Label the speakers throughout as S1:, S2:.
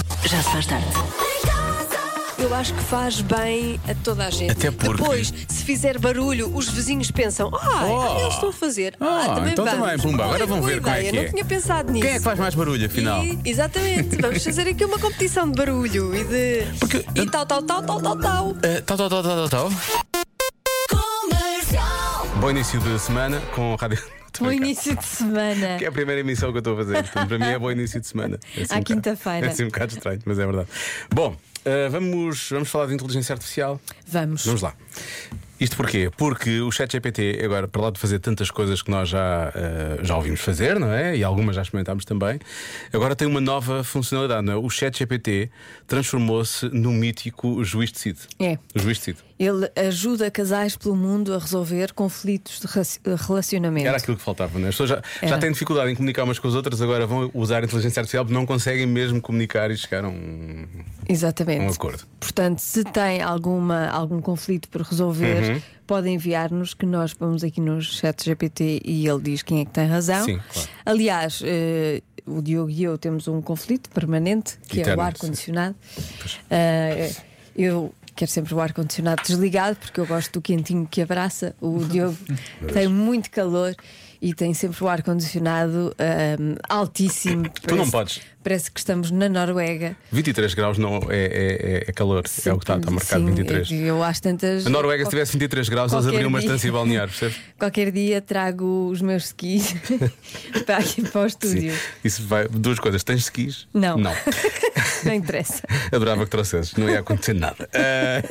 S1: Já se faz tarde.
S2: Eu acho que faz bem a toda a gente.
S3: Até porque-
S2: Depois, se fizer barulho, os vizinhos pensam: ah,
S3: Oh.
S2: eles estão a fazer.
S3: Ah, então
S2: vamos."
S3: também, pumba, agora
S2: Olha,
S3: vão
S2: boa
S3: ver como é
S2: ideia,
S3: que é.
S2: Não tinha pensado nisso.
S3: Quem é que faz mais barulho, afinal?
S2: E- exatamente, vamos fazer aqui uma competição de barulho e de.
S3: Porque-
S2: E tal, tal, tal, tal, tal, tal.
S3: Eh, Tal, tal, tal, tal, tal, tal. Bom início de semana com a Rádio.
S4: Bom início de semana.
S3: Que é a primeira emissão que eu estou a fazer. Portanto, para mim é bom início de semana.
S4: À
S3: É assim um bocado-
S4: quinta-feira.
S3: É assim um bocado estranho, mas é verdade. Bom, eh, vamos, vamos falar de inteligência artificial.
S4: Vamos.
S3: Vamos lá. Isto porquê? Porque o ChatGPT, agora, para lá de fazer tantas coisas que nós já, eh, já ouvimos fazer, não é? E algumas já experimentámos também, agora tem uma nova funcionalidade, não é? O ChatGPT transformou-se no mítico juiz decide.
S4: É.
S3: O juiz decide.
S4: Ele ajuda casais pelo mundo a resolver conflitos de raci- relacionamento.
S3: Era aquilo que faltava, não é? As pessoas já, já
S4: Era.
S3: têm dificuldade em comunicar umas com as outras, agora vão usar a inteligência artificial porque não conseguem mesmo comunicar e chegar a um,
S4: Exatamente.
S3: um acordo.
S4: Portanto, se tem alguma, algum conflito por resolver,
S3: Uhum.
S4: pode enviar-nos, que nós vamos aqui no chat GPT e ele diz quem é que tem razão.
S3: Sim, claro.
S4: Aliás, eh, o Diogo e eu temos um conflito permanente, que
S3: Eterno,
S4: é o ar-condicionado. Eh, eu quero sempre o ar-condicionado desligado, porque eu gosto do quentinho que abraça. O Diogo tem muito calor e tem sempre o ar-condicionado ahm, altíssimo.
S3: Tu não podes.
S4: Parece que estamos na Noruega.
S3: 23 graus não é, é- é- é calor, é o que está, está marcado
S4: Sim,
S3: 23.
S4: é que Eu acho tantas.
S3: A Noruega, se tivesse 23 graus, eles
S4: Qualquer
S3: abriam uma
S4: dia.
S3: estância balnear, percebes?
S4: Qualquer dia trago os meus skis para aqui para o estúdio.
S3: Isso vai. Duas coisas. Tens skis?
S4: Não.
S3: Não.
S4: Não interessa.
S3: Adorava que trouxesses. Não ia acontecer nada. Ah,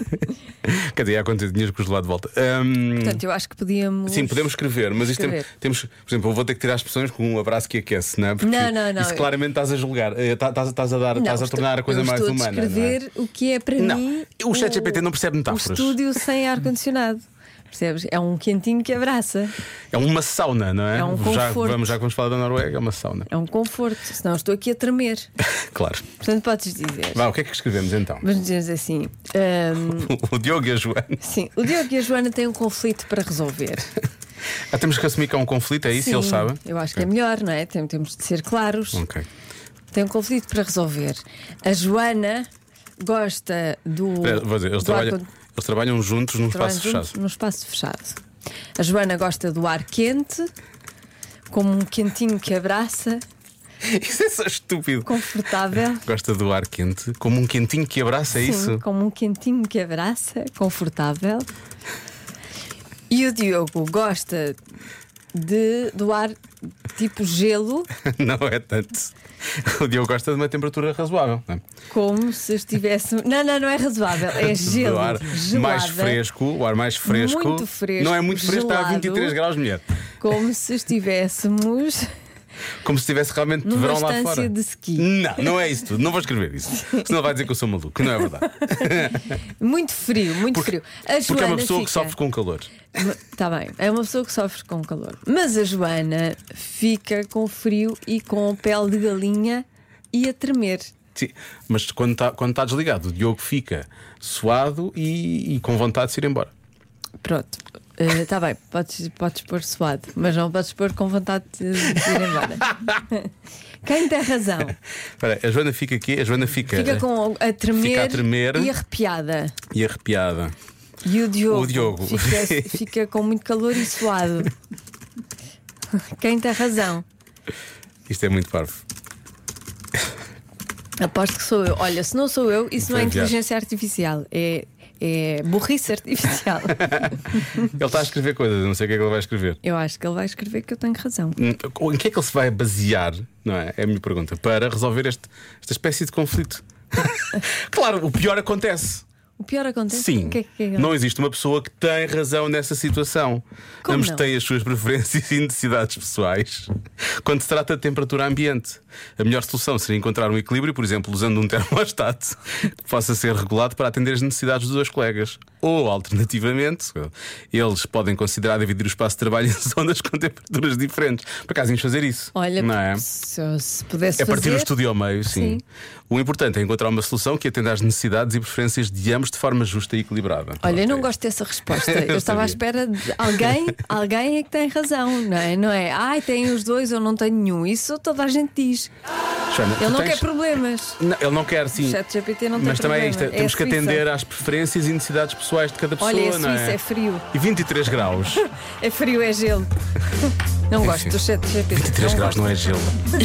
S3: Quer dizer, ia acontecer. Tinhas que os lá de volta. Ahm,
S4: Portanto, eu acho que podíamos.
S3: Sim, podemos escrever, mas isto tem-
S4: escrever.
S3: temos, por exemplo, eu vou ter que tirar as pessoas com um abraço que aquece, não é? Porque
S4: Não, não, não.
S3: Isso claramente estás a julgar, eh, tá- estás, estás a dar,
S4: Não,
S3: estás a
S4: estou-
S3: tornar a coisa
S4: eu
S3: mais
S4: estou
S3: humana.
S4: A
S3: não é?
S4: descrever o que é para
S3: Não,
S4: mim.
S3: o ChatGPT não percebe metáforas.
S4: O estúdio sem ar-condicionado. Percebes? É um quentinho que abraça.
S3: É uma sauna, não é?
S4: É um
S3: já,
S4: conforto.
S3: vamos, já que vamos falar da Noruega, é uma sauna.
S4: É um conforto. Senão estou aqui a tremer.
S3: Claro.
S4: Portanto, podes dizer.
S3: Vá, o que é que escrevemos então?
S4: Vamos dizer assim. hum,
S3: O Diogo e a Joana.
S4: sim, o Diogo e a Joana têm um conflito para resolver.
S3: Ah, temos que assumir que há um conflito, é isso?
S4: Sim,
S3: Ele sabe? Hum.
S4: Eu acho que é melhor, não é? Tem- Temos de ser claros.
S3: Ok.
S4: Tem um conflito para resolver. A Joana gosta do.
S3: Espera, vou dizer, eles,
S4: do
S3: trabalham,
S4: ar-
S3: eles trabalham juntos num
S4: trabalham
S3: espaço
S4: juntos
S3: fechado.
S4: Num espaço fechado. A Joana gosta do ar quente, como um quentinho que abraça,
S3: Isso é só estúpido.
S4: confortável.
S3: Gosta do ar quente, como um quentinho que abraça, é
S4: Sim,
S3: isso?
S4: como um quentinho que abraça, confortável. E o Diogo gosta de, do ar tipo gelo,
S3: Não é tanto. O Diogo gosta de uma temperatura razoável. não é?
S4: como se estivesse. Não, não, não é razoável. É gelo.
S3: do ar
S4: gelada.
S3: mais fresco, o ar mais fresco.
S4: Muito fresco,
S3: Não é muito fresco, está a
S4: gelado.
S3: 23 graus, mulher.
S4: Como se estivéssemos.
S3: Como se estivesse realmente
S4: Numa
S3: verão lá
S4: estância
S3: fora.
S4: de ski.
S3: Não, não é isso tudo. Não vou escrever isso. Senão vai dizer que eu sou maluco. Não é verdade.
S4: Muito frio, muito frio. A
S3: Porque é uma
S4: Joana
S3: pessoa que
S4: fica-
S3: sofre com calor.
S4: Está bem, é uma pessoa que sofre com calor. Mas a Joana fica com frio e com pele de galinha e a tremer.
S3: Sim, mas quando está quando tá desligado, o Diogo fica suado e, e com vontade de se ir embora.
S4: Pronto, está bem, podes, podes pôr suado, mas não podes pôr com vontade de, de ir embora. Quem tem razão?
S3: Espera, aí, a Joana fica aqui, a Joana fica,
S4: Fica com a tremer,
S3: Fica a tremer.
S4: e arrepiada.
S3: e arrepiada.
S4: E o Diogo,
S3: O Diogo.
S4: Fica, fica com muito calor e suado. Quem tem razão?
S3: Isto é muito parvo.
S4: Aposto que sou eu. Olha, se não sou eu, isso não é
S3: Foi enviado.
S4: inteligência artificial. É, é burrice artificial.
S3: Ele está a escrever coisas, não sei o que é que ele vai escrever.
S4: eu acho que ele vai escrever que eu tenho razão.
S3: Hum, Em que é que ele se vai basear, não é? É a minha pergunta, para resolver este- esta espécie de conflito. claro, o pior acontece.
S4: O pior acontece?
S3: Sim,
S4: O que é que é ele-
S3: não existe uma pessoa que tem razão nessa situação.
S4: Como
S3: Ambos
S4: não?
S3: têm as suas preferências e necessidades pessoais. Quando se trata de temperatura ambiente, a melhor solução seria encontrar um equilíbrio, por exemplo, usando um termostato que possa ser regulado para atender as necessidades dos dois colegas. ou, alternativamente, eles podem considerar dividir o espaço de trabalho em zonas com temperaturas diferentes. Por acaso, íamos fazer isso.
S4: Olha,
S3: não é?
S4: se, eu- se pudesse
S3: É partir
S4: fazer,
S3: o estúdio ao meio, sim.
S4: Sim.
S3: O importante é encontrar uma solução que atenda às necessidades e preferências de ambos de forma justa e equilibrada.
S4: Olha, eu não
S3: Ok.
S4: gosto dessa resposta.
S3: Eu
S4: Eu estava à
S3: sabia.
S4: espera de alguém, alguém é que tem razão, não é? Não é? Ai, tem os dois ou não tem nenhum. Isso toda a gente diz.
S3: Joana, tu
S4: Ele não
S3: tens-
S4: quer problemas.
S3: Não, ele não quer, sim.
S4: O chat GPT não tem
S3: Mas também é
S4: problema.
S3: isto,
S4: É a
S3: temos que
S4: Suíça.
S3: atender às preferências e necessidades pessoais de cada pessoa,
S4: Olha, é
S3: não
S4: Suíça,
S3: é?
S4: é frio.
S3: E 23 graus.
S4: É frio, é gelo. Não gosto do chat GPT.
S3: 23
S4: não
S3: graus
S4: gosto.
S3: não é gelo.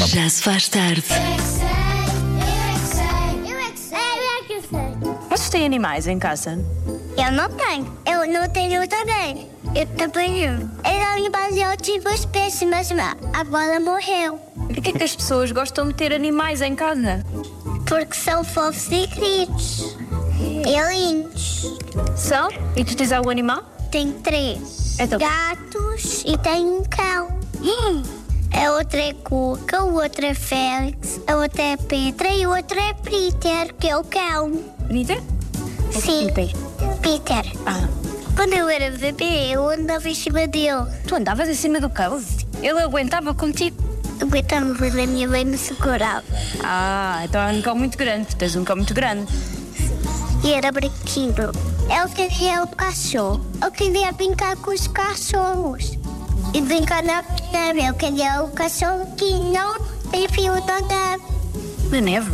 S2: Já se faz tarde.
S1: Vocês têm animais em casa?
S5: Eu não tenho. Eu não tenho também. Eu também não. Era um baseado de duas mas agora morreu.
S1: Porquê que as pessoas gostam de ter animais em casa?
S5: Porque são fofos e queridos. E lindos.
S1: São? E tu tens algum animal?
S5: Tem três
S1: Então-
S5: gatos e tem um cão. A outra é Cuca, o outro é Félix, a outra é Petra e o outro é Peter, que é o cão.
S1: Bonita?
S5: Sim.
S1: Peter?
S5: Peter.
S1: Ah.
S5: Quando eu era bebê, eu andava em cima dele.
S1: Tu andavas em cima do cão? Ele aguentava contigo?
S5: Aguentava, mas a minha mãe me segurava.
S1: Ah, então é um cão muito grande. Tu tens um cão muito grande.
S5: E era brinquedo. Eu queria o é cachorro. Eu queria brincar com os cachorros. E brincar na neve. Eu queria o cachorro que não tem fio da neve.
S1: De neve?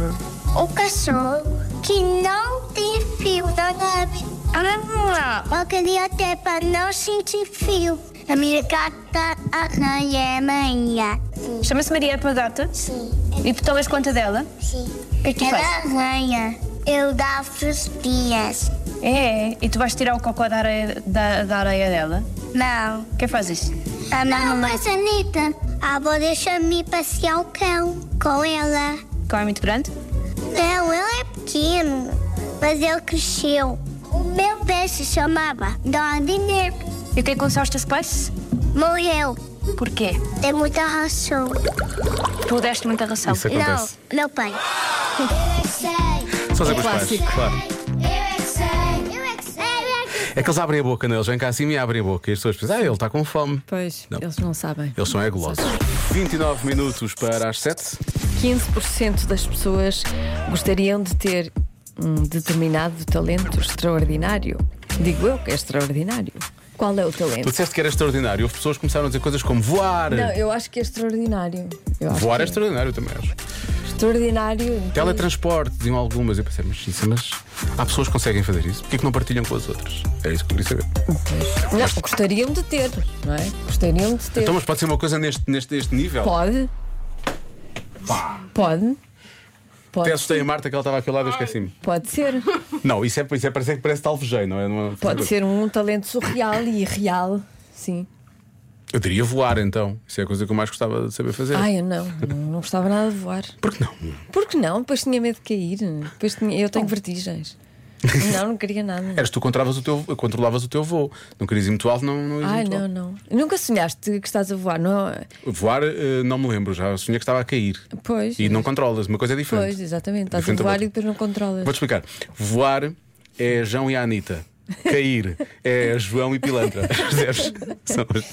S5: O cachorro que não tem fio da neve.
S1: Ah,
S5: Eu queria até para não sentir fio. A minha gata aranha é minha.
S1: Chama-se Maria Padota?
S5: Sim,
S1: E tu tomas conta dela?
S5: sim. Pequena aranha. Eu dava os dias.
S1: É, e tu vais tirar o cocó da areia, da, da areia dela?
S5: Não.
S1: Quem faz isso?
S5: Ah, não, mas Anitta, a avó deixa-me passear o cão com ela.
S1: O cão é muito grande?
S5: Não, ela é pequeno, mas ele cresceu. O meu peixe chamava Dona Inês.
S1: E o que aconteceu aos teus pais?
S5: Morreu.
S1: Porquê?
S5: Tem muita ração.
S1: Tu deste muita ração.
S3: Isso
S5: Não,
S3: acontece.
S5: meu pai. é
S3: Só dizer com os pais.
S4: clássico.
S3: Claro.
S5: é
S3: É que eles abrem a boca, não? Eles vêm cá acima e abrem a boca. E as pessoas pensam, ah, ele está com fome.
S4: Pois,
S3: Não.
S4: eles não sabem.
S3: Eles são é gulosos. 29 minutos para as 7.
S4: 15% das pessoas gostariam de ter um determinado talento extraordinário. Digo eu que é extraordinário. Qual é o
S3: Tu
S4: talento?
S3: disseste que era extraordinário. Houve pessoas que começaram a dizer coisas como voar.
S4: Não, eu acho que é extraordinário. Eu acho
S3: Voar
S4: que
S3: é extraordinário também, acho.
S4: extraordinário. de-
S3: Teletransporte, diziam algumas. Eu pensei, mas, isso, mas há pessoas que conseguem fazer isso. Porquê que não partilham com as outras? É isso que eu queria saber.
S4: Não, gostariam de ter, não é? Gostariam de ter.
S3: Então, mas pode ser uma coisa neste, neste, neste nível.
S4: Pode. Pode.
S3: Até
S4: Pode,
S3: assustei a Marta que ela estava aqui ao lado, eu esqueci-me.
S4: pode ser.
S3: Não, isso é, isso é parece que parece talvejei, não é? Não é-
S4: Pode ser um talento surreal e irreal. Sim.
S3: Eu diria voar então. Isso é a coisa que eu mais gostava de saber fazer.
S4: Ai, eu não, não, não gostava nada de voar.
S3: Por que não?
S4: Por que não? Depois tinha medo de cair. Depois tinha- Eu tenho vertigens. Não, não queria nada.
S3: Eras tu que controlavas o teu, controlavas o teu voo. Não querias ir muito alto, não, não ias
S4: Ai,
S3: muito
S4: não,
S3: alto.
S4: não. Nunca sonhaste que estás a voar, não?
S3: Voar, eh, não me lembro, já sonhei que estava a cair.
S4: Pois.
S3: E não controlas, uma coisa é diferente.
S4: Pois, exatamente. Estás
S3: Diferente
S4: a
S3: da
S4: voar
S3: outra.
S4: e depois não controlas.
S3: Vou-te explicar. Voar é João e a Anitta. Cair é João e Pilantra. Percebes? São as-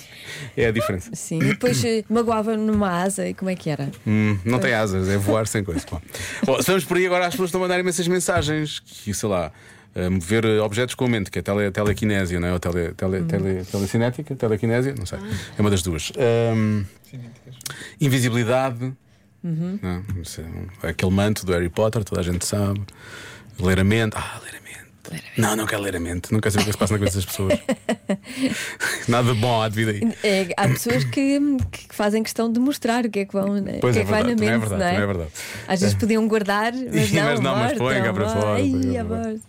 S3: É a diferença.
S4: Sim. E depois eh, magoava numa asa e como é que era?
S3: Hum, não tem asas, é voar sem coisa. Bom. Bom, estamos por aí agora, as pessoas estão a mandar imensas mensagens. Que, sei lá, eh, mover eh, objetos com a mente, que é tele, telequinésia, não é? Ou tele,
S4: Hum.
S3: tele, tele, telecinética, telequinésia, não sei. É uma das duas. Ahm, invisibilidade.
S4: Uhum.
S3: não é? Não sei, um- aquele manto do Harry Potter, toda a gente sabe. Ler a mente. Ah, ler a mente. Não, não quero ler a mente. Não quero saber o que se passa na cabeça das pessoas. Nada de bom há de vida aí.
S4: É, há pessoas que, que fazem questão de mostrar o que é que vão, né?
S3: Pois
S4: o que
S3: é
S4: é que vai na
S3: verdade,
S4: mente,
S3: também é verdade,
S4: não é?
S3: também é verdade.
S4: Às vezes podiam guardar, mas não,
S3: Mas não, mas põem cá para
S4: guardam,
S3: fora,
S4: ai,
S3: põem cá para
S4: abortam.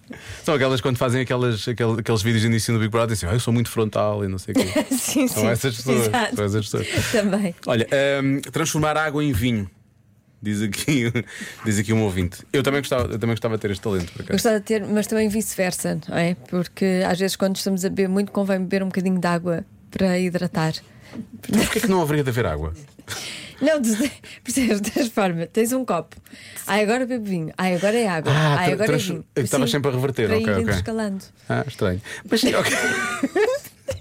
S3: São aquelas quando fazem aquelas, aquele- aqueles vídeos de início do Big Brother e dizem, ah, eu sou muito frontal e não sei o quê.
S4: Sim, sim.
S3: São essas pessoas.
S4: Exato.
S3: São essas pessoas.
S4: Também.
S3: Olha, hum, transformar água em vinho. Diz aqui, diz aqui um ouvinte. Eu também gostava, eu também gostava de ter este talento, por acaso.
S4: Gostava de ter, mas também vice-versa, não é? Porque às vezes quando estamos a beber muito, convém beber um bocadinho de água para hidratar.
S3: Porquê é que não haveria de haver água?
S4: Não, des- percebes? Transforma. Tens um copo. Ai, agora bebo vinho. Ai, agora é água.
S3: Ah,
S4: Ai,
S3: tra-
S4: agora é
S3: trans-
S4: vinho.
S3: eu estava
S4: Sim,
S3: sempre a reverter,
S4: para
S3: ok,
S4: ir
S3: ok.
S4: intercalando.
S3: Ah, estranho. Mas sim, ok.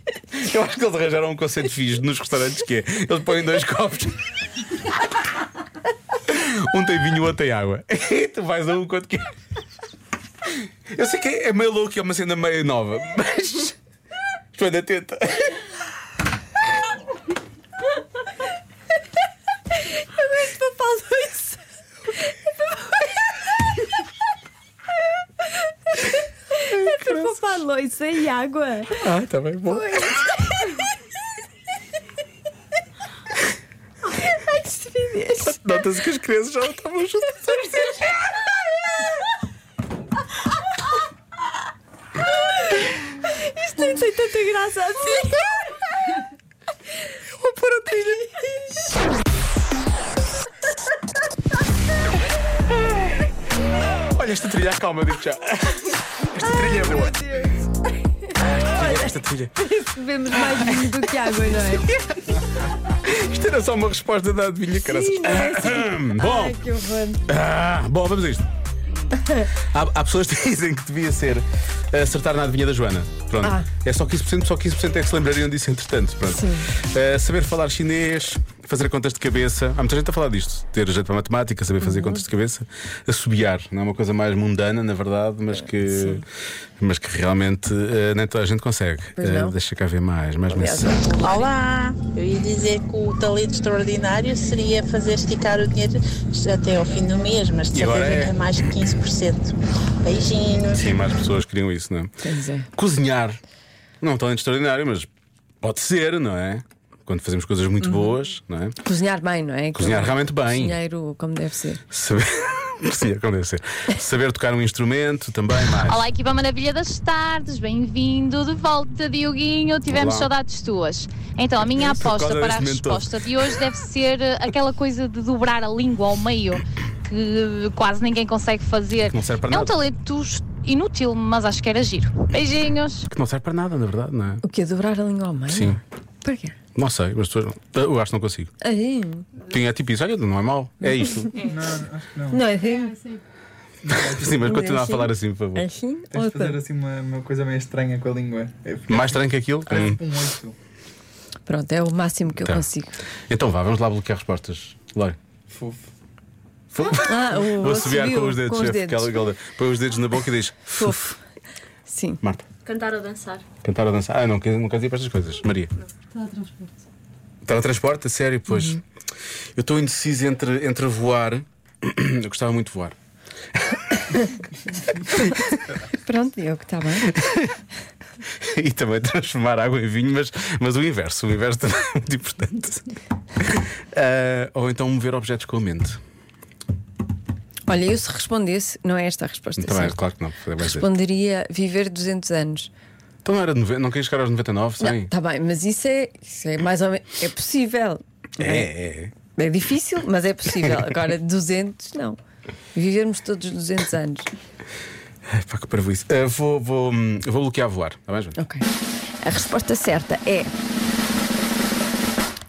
S3: Eu acho que eles arranjaram um conceito fixe nos restaurantes que é. Eles põem dois copos. Um tem vinho, o outro tem água. E tu vais a um quanto quer. Eu sei que é meio louco e é uma cena meio nova, mas. Estou atenta.
S4: Eu gosto para falar isso. É para poupar loiça e água.
S3: Ah, está bem, bom.
S4: Ai, que estupidez.
S3: Nota-se que as crianças já estavam juntas.
S4: Isto nem tem tanta graça assim. Vou pôr a trilha.
S3: Olha, esta trilha, calma, digo já. Esta trilha é boa. Esta trilha.
S4: Bebemos mais vinho do que água, não é?
S3: Isto era só uma resposta da adivinha, cara.
S4: Sim, não é?
S3: Bom,
S4: Ai, que horror.
S3: ah, bom, vamos a isto. Há, há pessoas que dizem que devia ser acertar na adivinha da Joana. Pronto.
S4: Ah.
S3: É só 15%, só 15% é que se lembrariam disso entretanto. Pronto.
S4: Sim.
S3: Ah, saber falar chinês, fazer contas de cabeça. Há muita gente a falar disto. Ter jeito para matemática, saber
S4: Uhum.
S3: fazer contas de cabeça. Assobiar. Não é uma coisa mais mundana, na verdade,
S4: É,
S3: mas que, mas que realmente ah, nem toda a gente consegue.
S4: Pois
S3: Ah,
S4: não.
S3: deixa cá ver mais, mais
S4: Aliás,
S3: mensagens.
S6: Olá! Eu ia dizer que o talento extraordinário seria fazer esticar o dinheiro até ao fim do mês, mas de
S3: E agora
S6: certeza
S3: é.
S6: que é mais de 15%. Beijinhos!
S3: Sim, mais pessoas queriam isso, não é?
S4: Pois é.
S3: Cozinhar. Não é um talento extraordinário, mas pode ser, não é? Quando fazemos coisas muito boas, não é?
S4: Cozinhar bem, não é?
S3: Cozinhar
S4: Aquele
S3: realmente bem.
S4: Cozinheiro como deve ser.
S3: Saber. Cozinhar, como deve ser. Saber tocar um instrumento também, mais.
S7: Olá, equipa Maravilha das Tardes, bem-vindo de volta, Dioguinho. Tivemos
S3: Olá.
S7: saudades tuas. Então, a minha
S3: Por causa
S7: aposta para a
S3: deste momento todo.
S7: resposta de hoje deve ser eh, aquela coisa de dobrar a língua ao meio, que eh, quase ninguém consegue fazer.
S3: Não serve para
S7: é um
S3: nada.
S7: talento inútil, mas acho que era giro. Beijinhos!
S3: Que não serve para nada, na verdade, não é?
S4: O quê? Dobrar a língua ao meio?
S3: Sim.
S4: Para quê?
S3: Não sei, as pessoas. Eu acho que não consigo.
S4: Ai,
S3: Quem é tipo isso, olha, não é mau. É isto.
S8: Não, acho que não.
S4: não é assim?
S3: Sim, mas continua a
S4: Assim.
S3: falar assim, por favor.
S4: É assim?
S8: Tens
S4: Ou
S8: de fazer
S4: assim?
S8: assim uma, uma coisa meio estranha com a língua. É, fica-
S3: Mais estranho que aquilo?
S8: Parece
S3: Hum.
S8: tipo um oito.
S4: Pronto, é o máximo que eu
S3: assim. Tá.
S4: consigo.
S3: Então vá, vamos lá bloquear respostas. Lório.
S8: Fofo.
S4: Ah, o
S3: Vou assobiar
S4: assobio
S3: com os dedos.
S4: Com os
S3: chefe, que
S4: dedos.
S3: ela- que ela- Põe os dedos na boca e diz:
S4: Fofo. Sim.
S3: Marta. Cantar ou dançar. Cantar ou dançar. Ah, não, quer- não queres ir para estas coisas. Maria. Teletransporte. Uhum. Teletransporte, a sério, pois. Eu estou indeciso entre, entre voar. Eu gostava muito de voar.
S4: Pronto, eu que está bem.
S3: E também transformar água em vinho, mas, mas o inverso. O inverso também é muito importante. Ah, ou então mover objetos com a mente.
S4: Olha, eu se respondesse, não é esta a resposta.
S3: Também,
S4: certa.
S3: claro que não. porque vai dizer.
S4: Responderia viver 200 anos.
S3: Então não era de noven- Não querias chegar aos 99,
S4: Não,
S3: sim?
S4: tá bem, mas isso é, isso é mais ou menos. É possível.
S3: É, é, é.
S4: É difícil, mas é possível. Agora, 200, não. Vivermos todos 200 anos.
S3: Ai, Pá, que parvo isso. Ah, vou, vou, hum, vou bloquear voar, está bem, Joana?
S4: Ok. A resposta certa é.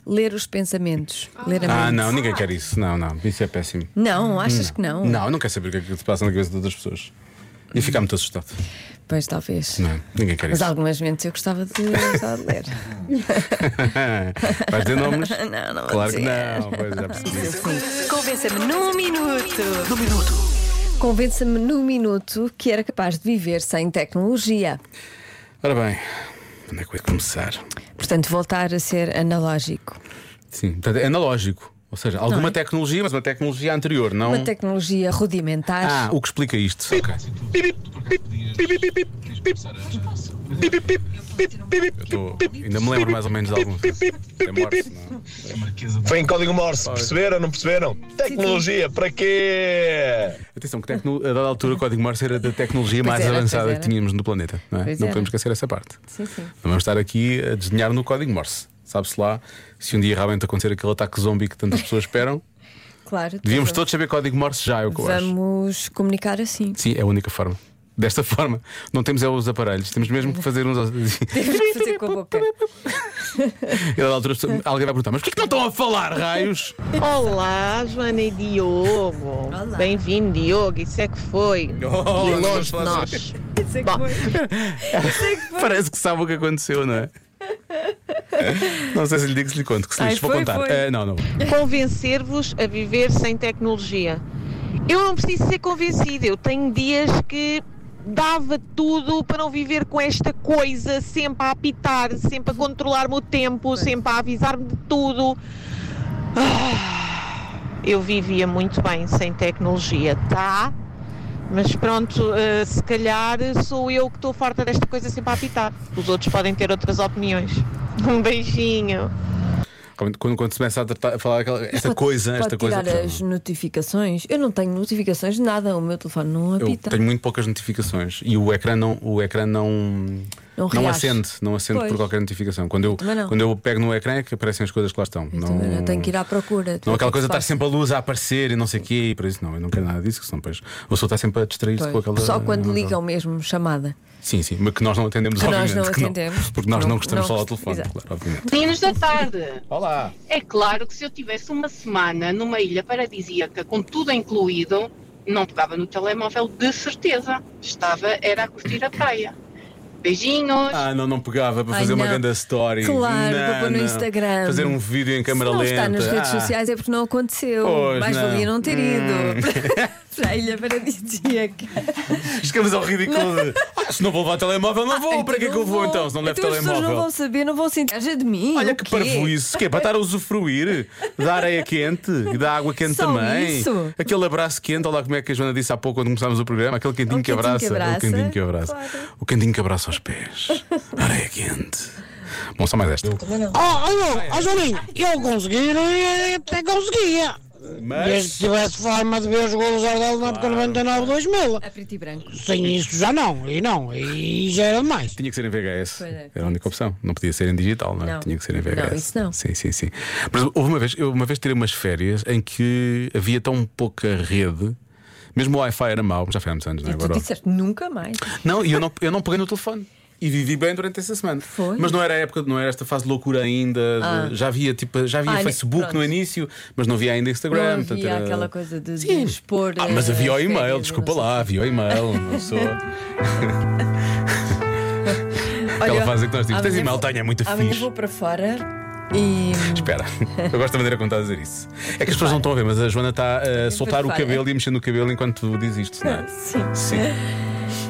S4: Ler os pensamentos. Ler a mente.
S3: Ah, não, ninguém quer isso. Não, não, isso é péssimo.
S4: Não, achas que não?
S3: Não, eu não quero saber o que é que se passa na cabeça de outras pessoas. E ficar muito assustado.
S4: Pois talvez.
S3: Não, ninguém quer
S4: Mas
S3: isso.
S4: algumas mentes eu gostava de, gostava de ler.
S3: Vais ter nomes?
S4: Não, não vou
S3: Claro que
S4: dizer.
S3: não, pois já percebi.
S2: Convença-me num minuto.
S4: Convença-me no minuto que era capaz de viver sem tecnologia.
S3: Ora bem, onde é que eu ia começar?
S4: Portanto, voltar a ser analógico.
S3: Sim, portanto, é analógico. Ou seja, alguma
S4: é?
S3: tecnologia, mas uma tecnologia anterior, não.
S4: Uma tecnologia rudimentar.
S3: Ah, o que explica isto? Ok. Eu tô- Ainda me lembro mais ou menos de alguns. É morte, não é?
S9: Foi em código Morse, perceberam? Não perceberam? Tecnologia, para quê?
S3: Atenção, que tecno... a dada altura o código Morse era da tecnologia mais
S4: era, pois
S3: avançada
S4: era.
S3: que tínhamos no planeta. Não, é?
S4: Pois
S3: Não
S4: era.
S3: podemos esquecer essa parte.
S4: Sim, sim.
S3: Não vamos estar aqui a desenhar no código Morse. Sabe-se lá se um dia realmente acontecer aquele ataque zombie que tantas pessoas esperam.
S4: Claro.
S3: Devíamos
S4: todos
S3: todos saber código Morse já, é o que eu acho.
S4: Vamos comunicar assim.
S3: Sim, é a única forma. Desta forma, não temos é os aparelhos, temos mesmo que fazer uns. aos-
S4: Temos que fazer com a boca.
S3: E a dada altura alguém vai perguntar: Mas porquê que não estão a falar, raios?
S6: Olá, Joana e Diogo. Bem-vindo, Diogo. Isso é que foi.
S3: Oh,
S6: Longe de nós.
S3: Parece que sabe o que aconteceu, não é? Não sei se lhe digo, se lhe conto, que se lixe, vou
S4: foi,
S3: contar.
S4: foi.
S3: Eh, não, não. vou.
S6: Convencer-vos a viver sem tecnologia. Eu não preciso ser convencida. Eu tenho dias que dava tudo para não viver com esta coisa, sempre a apitar, sempre a controlar-me o tempo, sempre a avisar-me de tudo. Ah, Eu vivia muito bem sem tecnologia, tá? Mas pronto, eh, se calhar sou eu que estou farta desta coisa sempre a apitar. Os outros podem ter outras opiniões. Um beijinho.
S3: Quando, quando- quando se começa a, tratar- a falar aquela, esta coisa,
S4: Pode
S3: esta coisa.
S4: tirar as notificações. Eu não tenho notificações de nada, o meu telefone não
S3: Eu
S4: apita.
S3: tenho muito poucas notificações e o ecrã não, o ecrã não,
S4: Não
S3: não
S4: reage.
S3: acende, não acende por
S4: Pois.
S3: qualquer notificação. Quando eu,
S4: também não.
S3: quando eu pego no ecrã é que aparecem as coisas que lá estão. não,
S4: Também não tenho que ir à procura.
S3: Não aquela
S4: O que é
S3: coisa
S4: que
S3: de estar
S4: se
S3: sempre a luz a aparecer e não sei o quê, e por isso não, eu não quero nada disso, que senão depois a pessoa está sempre a distrair-se
S4: faz?
S3: com aquela.
S4: Só quando ligam mesmo chamada.
S3: Sim, sim, mas que nós não atendemos,
S4: Que nós
S3: obviamente.
S4: não
S3: que
S4: atendemos,
S3: porque nós não,
S4: não-
S3: gostamos
S4: não
S3: só ao
S4: gost-
S3: telefone,
S4: Exato.
S3: claro, obviamente.
S10: Meninos da tarde,
S3: Olá!
S10: é claro que se eu tivesse uma semana numa ilha paradisíaca com tudo incluído, não pegava no telemóvel de certeza. Estava era a curtir a praia. Beijinhos.
S3: Ah, não, não pegava para
S4: Ai,
S3: fazer uma
S4: não.
S3: grande story.
S4: Claro,
S3: Não,
S4: para pôr no
S3: não.
S4: Instagram.
S3: Fazer um vídeo em câmara
S4: Se não
S3: lenta.
S4: está nas redes
S3: Ah,
S4: sociais é porque não aconteceu.
S3: Pois
S4: Mais
S3: não.
S4: valia não ter
S3: Hum.
S4: ido para a Ilha Paradisíaca.
S3: Chegamos ao ridículo de. Ah, se não vou levar telemóvel, não vou. para que é que eu vou então? Se não levo
S4: então As pessoas não
S3: telemóvel.
S4: vão saber, não vão sentir. Já de mim.
S3: Olha
S4: o
S3: que
S4: quê?
S3: parvoíce, que é para estar a usufruir da areia quente e da água quente
S4: Só
S3: também.
S4: isso?
S3: Aquele abraço quente, olha lá como é que a Joana disse há pouco quando começámos o programa, aquele quentinho
S4: O
S3: que
S4: quentinho
S3: abraça,
S4: que abraça,
S3: o quentinho que abraça.
S4: claro.
S3: O quentinho que abraça aos pés. areia quente. Bom, só mais esta.
S6: Oh, alô, oh, Joaninho, eu consegui, é? até conseguia.
S3: É?
S6: Desde que tivesse forma de ver os golos ao Del na época 99 2000.
S4: A preto e branco.
S6: Sem isso já não, e não, e já era demais.
S3: Tinha que ser em VHS.
S4: Pois é.
S3: Era a única opção. Não podia ser em digital, não é?
S4: Não.
S3: Tinha que ser em VHS.
S4: Não, isso não.
S3: Sim, sim, sim. Mas houve uma vez, eu uma vez tirei umas férias em que havia tão pouca rede. Mesmo o Wi-Fi era mau, já foi há muitos anos, não é?
S4: E tu
S3: Agora-
S4: disseste nunca mais.
S3: Não, e eu não, eu não peguei no telefone. E vivi bem durante essa semana.
S4: Foi.
S3: Mas não era a época, não era esta fase de loucura ainda. de- Já havia, tipo, já havia
S4: Ah, ne-
S3: Facebook no
S4: pronto.
S3: início, mas não havia ainda
S4: Não
S3: Instagram. portanto,
S4: havia
S3: era-
S4: aquela coisa de, de
S3: Sim.
S4: expor. eh,
S3: Ah, mas havia o
S4: as férias,
S3: e-mail,
S4: não
S3: desculpa
S4: sei.
S3: lá, havia o e-mail. Não sou. Aquela
S4: Olha,
S3: fase que nós dizemos: tens
S4: amanhã
S3: e-mail,
S4: vou-
S3: tenho, é muito
S4: Amanhã
S3: fixe.
S4: vou para fora e.
S3: Espera, eu gosto da maneira como estás a dizer isso. É que as pessoas não estão a ver, mas a Joana está eh, a soltar o
S4: prepara.
S3: cabelo e a mexer no cabelo enquanto tu diz isto, não é?
S4: Sim.
S3: Sim.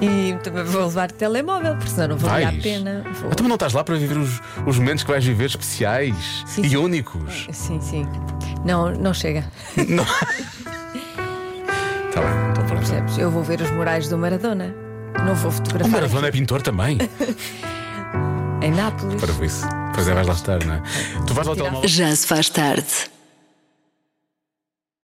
S4: E também vou levar telemóvel, porque senão não valia
S3: Vais.
S4: a pena. Vou-
S3: Então mas não estás lá para viver os, os momentos que vais viver especiais
S4: Sim,
S3: e
S4: sim.
S3: únicos.
S4: Sim, sim. Não, não chega.
S3: Não. Tá bem, então pronto.
S4: Percebes? Eu vou ver os murais do Maradona. Não vou
S3: O
S4: fotografar
S3: Maradona é pintor também.
S4: em Nápoles.
S3: Para isso. Pois é, vais lá estar, não é? Tu vais lá ao telemóvel.
S2: Já se faz tarde.